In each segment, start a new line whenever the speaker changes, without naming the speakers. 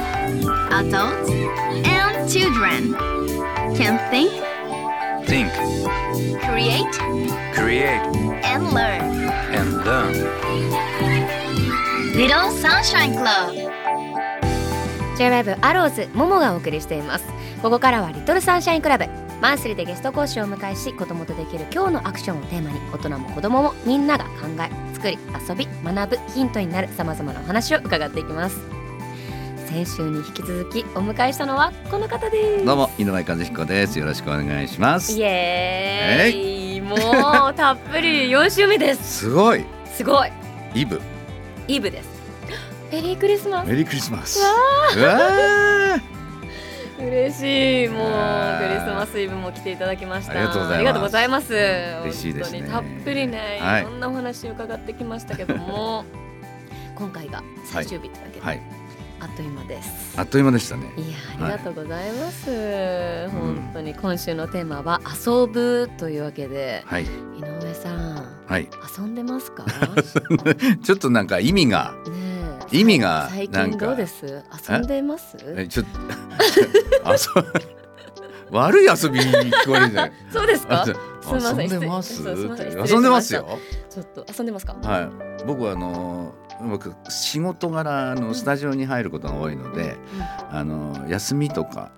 Adults and children can think,
Think,
create,
create,
and learn.
and learn.
Little Sunshine Club.
J-WAVE アローズモモがお送りしていますここからはリトルサンシャインクラブマンスリーでゲスト講師をお迎えし子供とできる今日のアクションをテーマに大人も子供もみんなが考え作り遊び学ぶヒントになるさまざまなお話を伺っていきます先週に引き続きお迎えしたのはこの方です
どうも井上和彦です。よろしくお願いします
イ。エーイ、もうたっぷり4週目です
すごい
すごい
イブ
イブですメリークリスマス
メリークリスマス。
わ
うわー
嬉しいもう
あ
ク
ー
リスマスイブも来ていただきました
ありがとうございます
ます嬉
しいですね
本当にたっぷりね、
はい
い、ろんなお話伺ってきましたけ ども今回が最終日というわけで、
はい。
あっという間です
あっという間でしたね。
いやあ
はい
りがとうございます、
ん
本当に今週のテーマは遊ぶというわけで
はい
井上さん
はい。
遊んでま すかね
ちょっとなんか意味が
え
意味が
最
な
近
んか
どうです遊んでます
えちょっと あそう悪い遊びに聞こえるじゃない。
そうですか
あそう
すみません
遊んでます。
失礼そうすみません失礼しました
遊んでますよ。
ちょっと遊んでますか
はい。僕はあの僕仕事柄あのスタジオに入ることが多いので、あの休みとか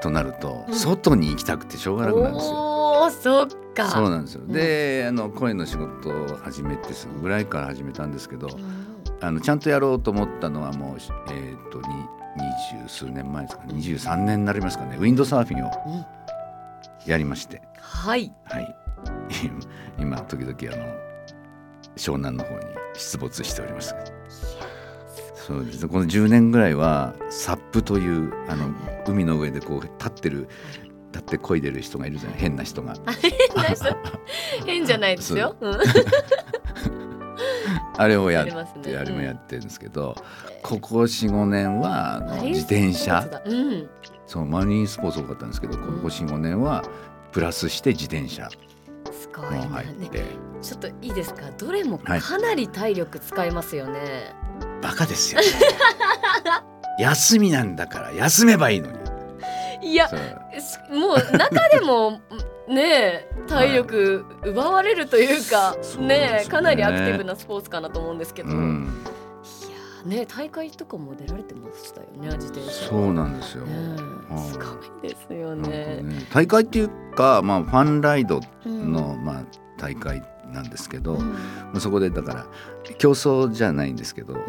となると、
うん
外に行きたくてしょうがなくなるんですよ。
おおーそっか
そうなんですよ。
ん
で、あの声の仕事を始めてすぐぐらいから始めたんですけど、
うん
あのちゃんとやろうと思ったのはもうえーっとに二十数年前ですか、二十三年になりますかね。ウィンドサーフィンを
うん
やりまして、
はい
はい。 今時々あの湘南の方に出没しております。そうですね。この10年ぐらいはサップというあの海の上でこう立ってる立って漕いでる人がいるじゃない変な人が
変な人変じゃないですよ、うん、
あれをやっ
やります
て、
ね
あれもやってるんですけど、ここ45年はあの
あれ
自転車
うん
そうマリンスポーツ多かったんですけどここ45年はプラスして自転車
すご
も
いな
入っ
ね
て、
ちょっといいですかどれも
はい
かなり体力使いますよね、
バカですよ 休みなんだから休めばいいのに
い、や
そう
しもう中でもねえ体力奪われるというか、
そうで
ね
すね
えかなりアクティブなスポーツかなと思うんですけど、
う
いや
ん、
ーねえ大会とかも出られてましたよね自転車
そうなんですよ、
ねえ
うん
すごいですよ
なんか
ね。
ね大会っていうか、まあ、ファンライド
うん
の、まあ、大会なんですけど、
うん
そこでだから競争じゃないんですけど、
ん
こ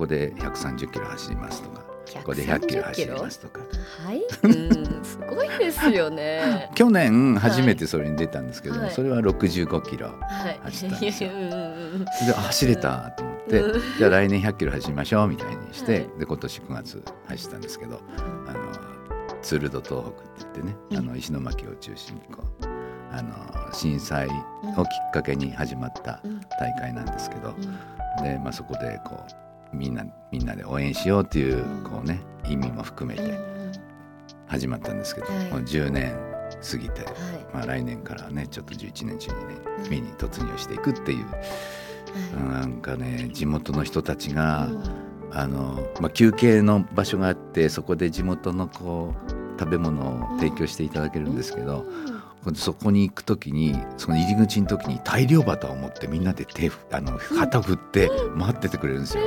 こで130キロ走りますとかここで100キロ走りますとか 。
はい、うん、すごいですよね
去年初めてそれに出たんですけど、
はい
それは65キロ
はい、
走ったんですよ
うんうんうん
であ走れたと思って、
うん
じゃあ来年100キロ走りましょうみたいにして、
はい
で今年9月走ったんですけどあのツール・ド東北って言ってねあの石巻を中心にこうあの震災をきっかけに始まった
うん
大会なんですけど、
うん
で、まあ、そこでこうみんなみんなで応援しようっていうこう、ね、意味も含め
うんうん
て始まったんですけど、
はい
もう10年過ぎて、
はいはい
まあ、来年からねちょっと11年12年目に突入していくっていう、なんかね地元の人たちが、あのまあ、休憩の場所があってそこで地元のこう食べ物を提供していただけるんですけど、そこに行く時にその入り口の時に大漁旗を持ってみんなで手ふあの旗振って待っててくれるんですよ。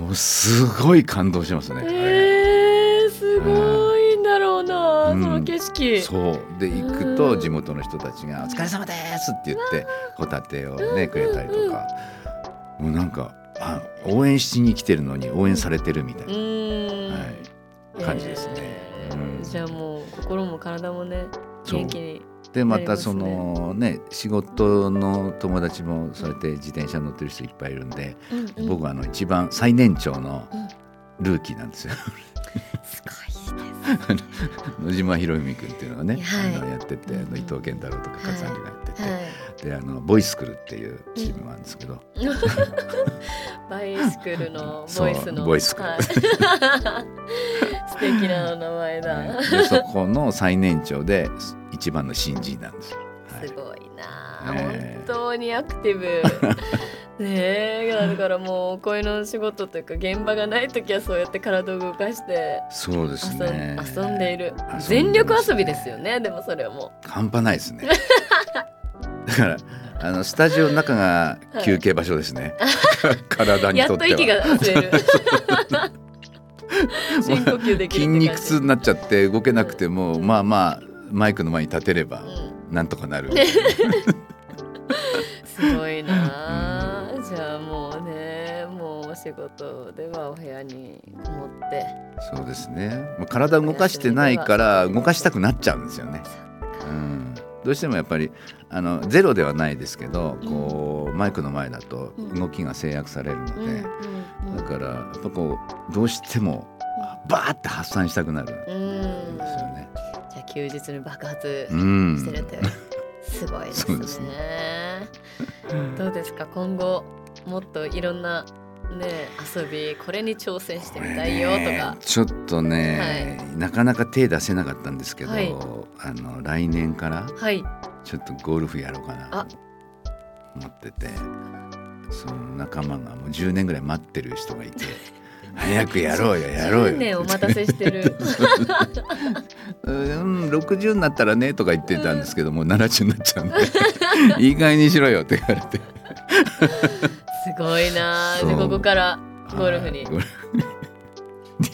もうすごい感動しますね。あれ
えー、すごいんだろうな、
うん
その景色。
そうで行く
う
と
ん
地元の人たちが「お疲れ様です」って言ってホタテをねくれたりとかもうなんかあ応援しに来てるのに応援されてるみたいうな、
ん、
はい、感じですね。
え
うん
ーじゃあもう心も体もね
そう
元気に。
でまたそのね仕事の友達もそうやって自転車乗ってる人いっぱいいるんで、
うんうん
僕はあの一番最年長の
うん
ルーキーなんですよ。
すごいです。
野島ひろみ君っていうのがね、
はい
あのやっててあの伊藤健太郎とか
はい
勝山がやってて、
はい
であのボイスクルっていうチームなんですけど、
バイスクルのボイス
そ
の
うボイスクル
はい 素敵なお名前だ、
ねでそこの最年長で一番の新人なんですよ。は
すごいなあ、
ねえ
本当にアクティブねえさだからもうお声の仕事というか現場がない時はそうやって体を動かして
そうです
遊,、
ね
遊んでいる
遊んでます
全力遊びですよねでもそれはも
半端ないですね だからあのスタジオの中が休憩場所ですね、 体
う
に
や
と
っ
っ
と
て
息
は
が吸 える深呼吸できるって感じ
筋肉痛になっちゃって動けなくても、
うん
まあまあマイクの前に立てれば
うん
なんとか なる、
すごいなあじゃあもうねもうお仕事ではお部屋にこもって
そうですねまあ体動かしてないから動かしたくなっちゃうんですよね、うん、どうしてもやっぱりあのゼロではないですけどこうマイクの前だと動きが制約されるので、だからやっぱこうどうしてもバーって発散したくなるんで
うんうん
すよね。
じゃあ休日に爆発
うん、
してるって、すごいです
そう
ね
です
どうですか今後もっといろんなね遊びこれに挑戦してみたいよと
これね
か、
ちょっとね、なかなか手出せなかったんですけど、
はい
あの来年から
はい
ちょっとゴルフやろうか
あ
なと思っててその仲間がもう10年ぐらい待ってる人がい て早くやろうよやろうよ
10年お待たせし てる
うん60になったらねとか言ってたんですけど、もう70になっちゃうんで いい加減にしろよって言われて
すごいなあで
そ
こ
う
こからゴルフ
はい
に
ゴルフに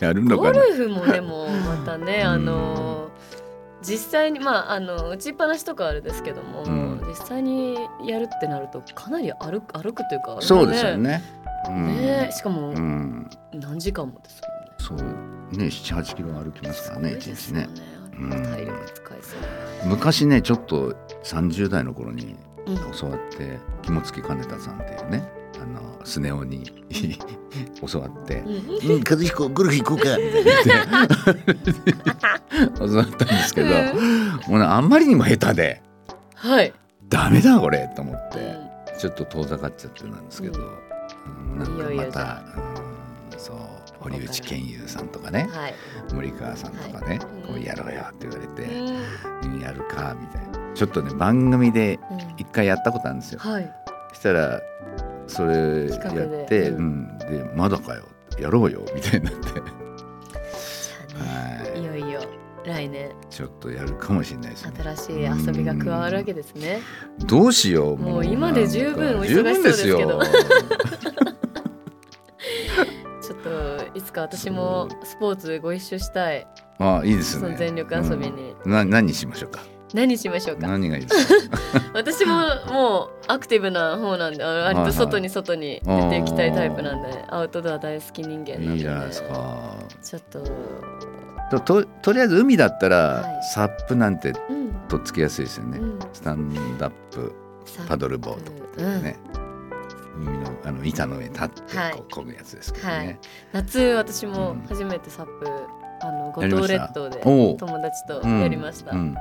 やるの
ゴ
かな
ルフもでもまたね
うん
あの実際にまああの打ちっぱなしとかあれですけども、
うん
実際にやるってなるとかなり歩く歩くというかあれだね
そうですよね。うん
ねえしかも
うん、
何時間もです
そうね78キロ歩きますか
も
ら
ん
ね
ね。
一
す
日
ごい
ね
ですよ
うん
ね体力使いそう。
昔ねちょっと30代の頃に
うん
教わって肝付金田さんっていうねあのスネ夫に 教わって「うん和彦ゴルフ行こうか」みたいな言って 教わったんですけど、もうねあんまりにも下手で
はい。
「ダメだこれ」と思っ
う
て。
ん
ちょっと遠ざかっちゃってなんですけど、うんなんか
いよい
ま
よじゃ
たうんそう堀内健優さんとかね
はい。
森川さんとかね、
はい
こうやろうよって言われて
う、ん
うんやるかみたいなちょっとね番組で一回やったことあるんですよ。
はい。
そしたらそれや
企画
っ
で
て
う
うんでまだかよやろうよみたいになって
じゃあねい
は
よいよ来年
いちょっとやるかもしれないですね。
新しい遊びが加わるわけですね。
どうしよう
もう今で十分お忙しそうですけ
なん
ど
か十分ですよ
ちょっといつか私もスポーツご一緒したい。
あいいです
その
ね。
全力遊びに。
うんな何しましょうか。
何しましょうか。
何がいい ですか。
私ももうアクティブな方なんで、あ割と外に外に出ていきたいタイプなんで、アウトドア大好き人間なんで。
いいじゃないです。か。
ちょっと、
とととりあえず海だったら、
はい
サップなんて
うん、
とっつきやすいですよね。
うん
スタンダップ
さ
パドルボード
うん
ね。海のあの板の上に立って
はい
こう漕ぐやつですけど
はい
ね。
夏私も
うん
初めてサップ、あの五
やりま
島
した
列島で
おう
友達と
うん
やりました、
うん
う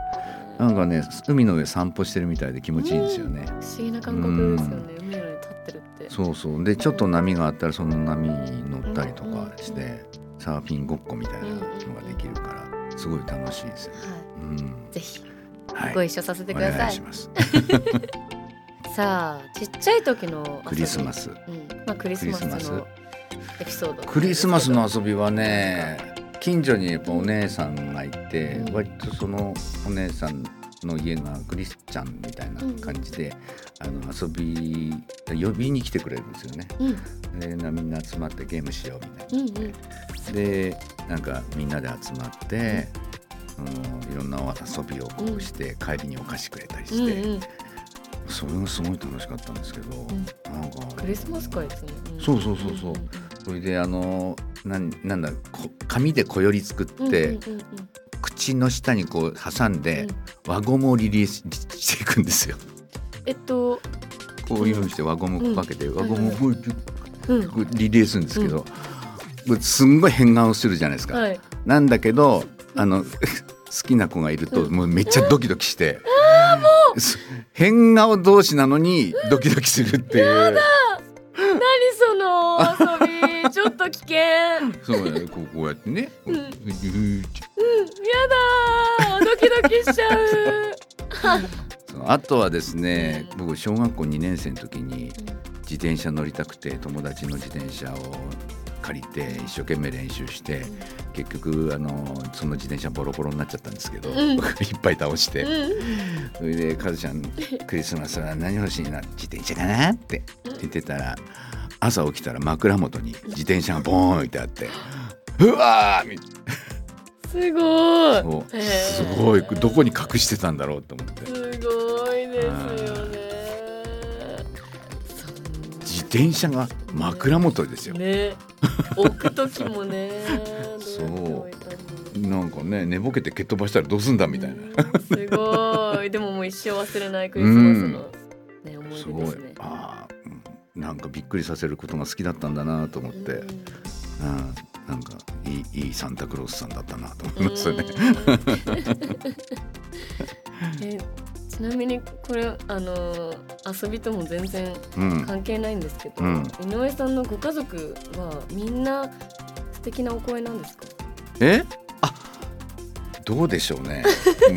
なんんかね海の上散歩してるみたいで気持ちいいですよね。
不思議な感覚ですよね、海の上に立ってるって
そうそうでちょっと波があったらその波に乗ったりとかして、サーフィンごっこみたいなのができるからすごい楽しいですよ。
は
うん
い、ぜひ
はい
ご一緒させて
お
くださ
願い
い,、
します。
さあちっちゃい時の遊
ク
び
リスマ、ス。
うんまあ、クリスマス
クリス
の
マ
エピソード
クリスマスの遊びはね近所にやっぱお姉さんがいて
うん
割とそのお姉さんの家がクリスチャンみたいな感じで、あの遊び呼びに来てくれるんですよね。
うんうん
でなみんな集まってゲームしようみたい
うん
な。でなんかみんなで集まって、うん、いろんな遊びをこうして帰りにお菓子くれたり
う
し
ん
て、
うん
それがすごい楽しかったんですけど、
ん
なんか
クリスマス会ですね、ん
そうそうそうそうそれであのなんなんだこ紙でこより作って、
んうんうんうん
口の下にこう挟んで、
うん
輪ゴムをリリースしていくん ですよ。
えっと、
こういうふうにして輪ゴムかけて、輪ゴムをこういう
うん、
こうリリースするんですけど、これすんごい変顔するじゃないですか。
はい
なんだけどあの 好きな子がいるともうめっちゃドキドキ して。す変顔同士なのにドキドキするっていう
何その遊 びちょっと危険うんや
そうねこうこうやってね、こう
うん
ふーって
だードキドキしちゃう
そのあとはですね、僕小学校2年生の時に自転車乗りたくて友達の自転車を借りて一生懸命練習して結局あのその自転車ボロボロになっちゃったんですけど、
ん
いっぱい倒して、
うん
それでカズちゃんクリスマスは何欲しいな自転車かなって言ってたら朝起きたら枕元に自転車がボーン置いてあってうわーみ
すごい
もう
へー
すごいどこに隠してたんだろうと思って
すごいですよね
自転車が枕元です
そ
よ
う。ね置く時もねどやって置いたんだろ
なんかね寝ぼけて蹴っ飛ばしたらどうすんだみたいな。
うんすごいでももう一生忘れないクリスマスの、ね、思い
す
出
ご
で
い
すね。
ああうんなんかびっくりさせることが好きだったんだなと思って、うん、なんかいいいいサンタクロースさんだったなと思
う
い
ん
ますよね。
えちなみにこれあのー遊びとも全然
うん、
関係ないんですけど、
うん
井上さんのご家族はみんな素敵なお声なんですか
えあどうでしょう ね。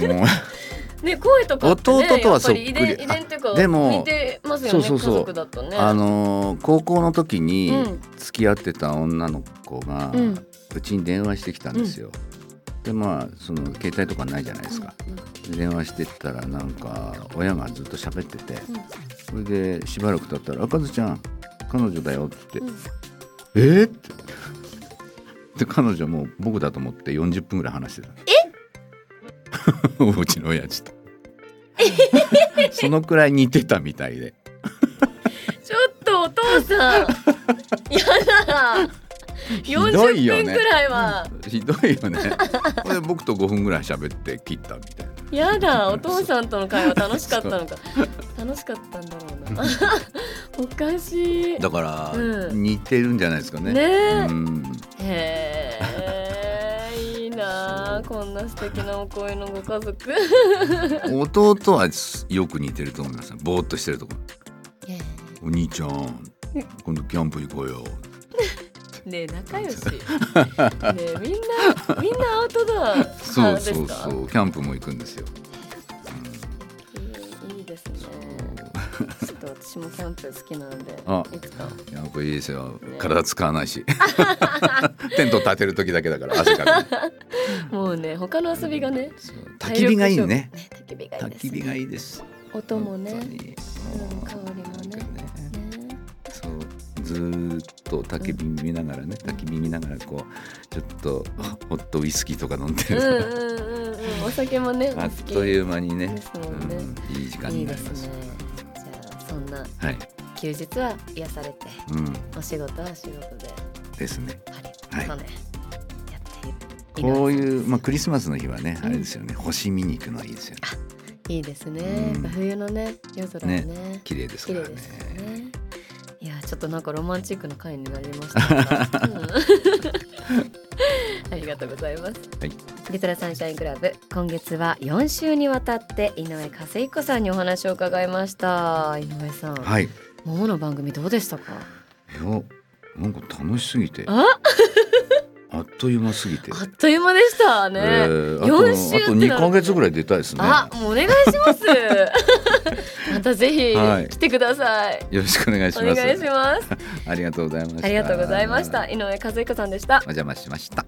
もう
ね声とかって、ね、
弟とはそっくり
やぱ遺伝遺伝っていうか
あでも
似てますよね
そうそうそう
家族だとね
あのー高校の時に
うん
付き合ってた女の子が
うん
うちに電話してきたんですよ。でまあその携帯とかないじゃないですか。で電話してったらなんか親がずっと喋ってて、それでしばらく経ったら「あかずちゃん彼女だよ」って言って「えっ?」ってで彼女も僕だと思って40分ぐらい話してたえ うちの親父とそのくらい似てたみたいで
ちょっとお父さん やだ
ひどいよ
40分
ね
くらいは、
ひどいよねこれで僕と5分ぐらい喋って切ったみたいな
やだお父さんとの会話楽しかったのか楽しかったんだろうな おかしい
だから、
うん
似てるんじゃないですかね
ねえ
うん
へえいいなあこんな素敵なお声のご 家族
弟はよく似てると思いますぼーっとしてるとこお兄ちゃん今度キャンプ行こうよ
ねえ 仲良しねえみんなみんなアウトドア
そ
派
う
ですか
そうそうキャンプも行くんですよ
いいいいですねちょっと私もキャンプ好きなんで
あ
いつか
キャンプいいですよ
ね
体使わないし テント立てる時だけだから汗かく
もうね他の遊びがね
そう焚き火がいいね
焚き火がいい
焚
で
き
す
火
ね
がいいです
音もね
本当に
うん香りもね
なんかね
ね
そうずーっと焚き火見ながらね焚き火見ながらこうちょっとホットウイスキーとか飲んで
うん
る
うんうんうんお酒もね
あっ
好き
という間にね
ですもんね
うんいい時間
い
に
い
な
で
り
す
ま
ね
す
じゃあそんな
はい、
休日は癒されて
うん、
お仕事は仕事で
ですね
は
はいい
そうねやっている
こう
う
いう、まあ、クリスマスの日はね、
うん
あれですよね、星見に行くのはいいですよね。
いいですね
うん
やっぱ冬のね夜空はね
綺麗です
綺
か
麗
ら
ですよ
ね。
ねいやちょっとなんかロマンチックな回になり ました、うんありがとうございます、
はい、
リトラサンシャインクラブ今月は4週にわたって井上和彦さんにお話を伺いました井上さん、
はい、
桃の番組どうでしたか
いや、なんか楽しすぎて、
あ
あっという間すぎて。
あっという間でした
え
ね、
ーあ
四週って
と、あと二
なる
ヶ月ぐらい出たいですね。
あ、もうお願いし ます。またぜひ
はい
来てください。
よろしくお願いし
お
ます。
願いします。
ありがとうございました。
ありがとうございました。。井上和彦さんでした
お。邪魔しました。